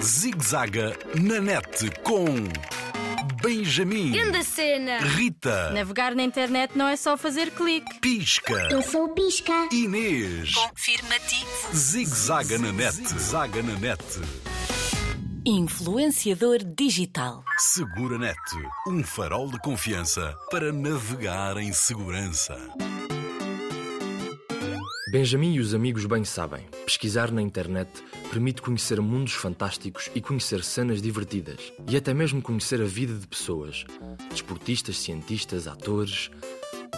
Zigzaga na net com Benjamin, Grande cena! Rita, Navegar na internet não é só fazer clique. Pisca, Eu sou o Pisca. Inês. Confirmativo. Zigzaga na net, zaga na net. Influenciador digital. Segura Net, um farol de confiança para navegar em segurança. Benjamin e os amigos bem sabem, pesquisar na internet permite conhecer mundos fantásticos e conhecer cenas divertidas, e até mesmo conhecer a vida de pessoas, desportistas, cientistas, atores.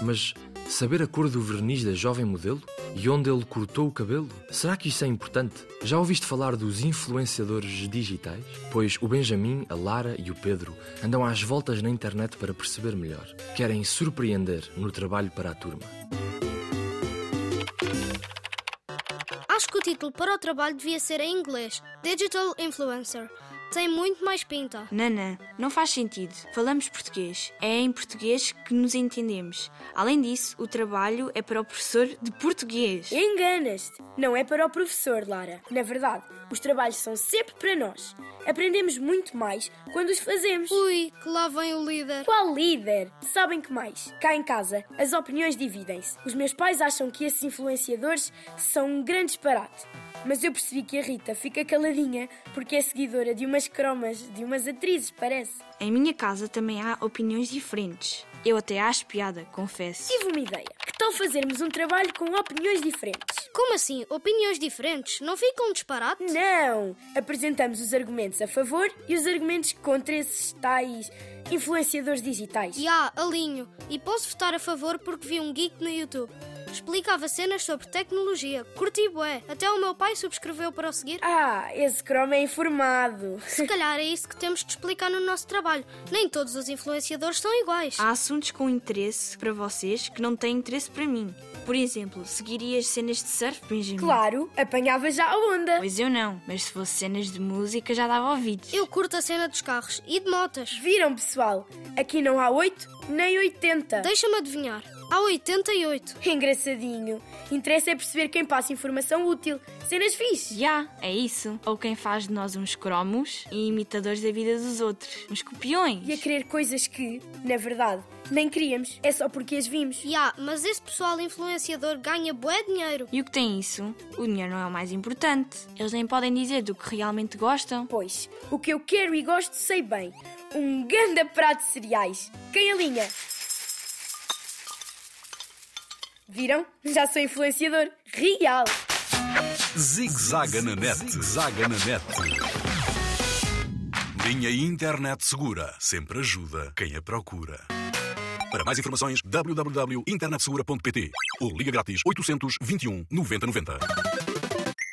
Mas saber a cor do verniz da jovem modelo? E onde ele cortou o cabelo? Será que isso é importante? Já ouviste falar dos influenciadores digitais? Pois o Benjamin, a Lara e o Pedro andam às voltas na internet para perceber melhor. Querem surpreender no trabalho para a turma. Acho que o título para o trabalho devia ser em inglês: Digital Influencer. Tem muito mais pinta. Nanã, não faz sentido. Falamos português. É em português que nos entendemos. Além disso, o trabalho é para o professor de português. Enganas-te! Não é para o professor, Lara. Na verdade, os trabalhos são sempre para nós. Aprendemos muito mais quando os fazemos. Ui, que lá vem o líder. Qual líder? Sabem que mais? Cá em casa, as opiniões dividem-se. Os meus pais acham que esses influenciadores são um grande disparate. Mas eu percebi que a Rita fica caladinha porque é seguidora de umas cromas, de umas atrizes, parece. Em minha casa também há opiniões diferentes. Eu até acho piada, confesso. Tive uma ideia. Que tal fazermos um trabalho com opiniões diferentes? Como assim? Opiniões diferentes? Não ficam um disparate? Não! Apresentamos os argumentos a favor e os argumentos contra esses tais influenciadores digitais. E há, alinho. E posso votar a favor porque vi um geek no YouTube. Explicava cenas sobre tecnologia. Curti bué. Até o meu pai subscreveu para o seguir. Ah, esse Chrome é informado. Se calhar é isso que temos de explicar no nosso trabalho. Nem todos os influenciadores são iguais. Há assuntos com interesse para vocês que não têm interesse para mim. Por exemplo, seguirias cenas de surf, Benjamin? Claro, apanhava já a onda. Pois eu não, mas se fosse cenas de música já dava ouvidos. Eu curto a cena dos carros e de motas. Viram, pessoal? Aqui não há 8 nem 80. Deixa-me adivinhar. Há 88. Engraçadinho. Interessa é perceber quem passa informação útil. Cenas fixe. Já, é isso. Ou quem faz de nós uns cromos e imitadores da vida dos outros. Uns copiões. E a querer coisas que, na verdade, nem queríamos. É só porque as vimos. Ya, mas esse pessoal influenciador ganha bué dinheiro. E o que tem isso? O dinheiro não é o mais importante. Eles nem podem dizer do que realmente gostam. Pois, o que eu quero e gosto sei bem. Um ganda prato de cereais. Quem alinha? Viram? Já sou influenciador. Real. Zigzaga na net, zaga na net. Minha internet segura sempre ajuda quem a procura. Para mais um informações, www.internetsegura.pt ou liga grátis 821 9090.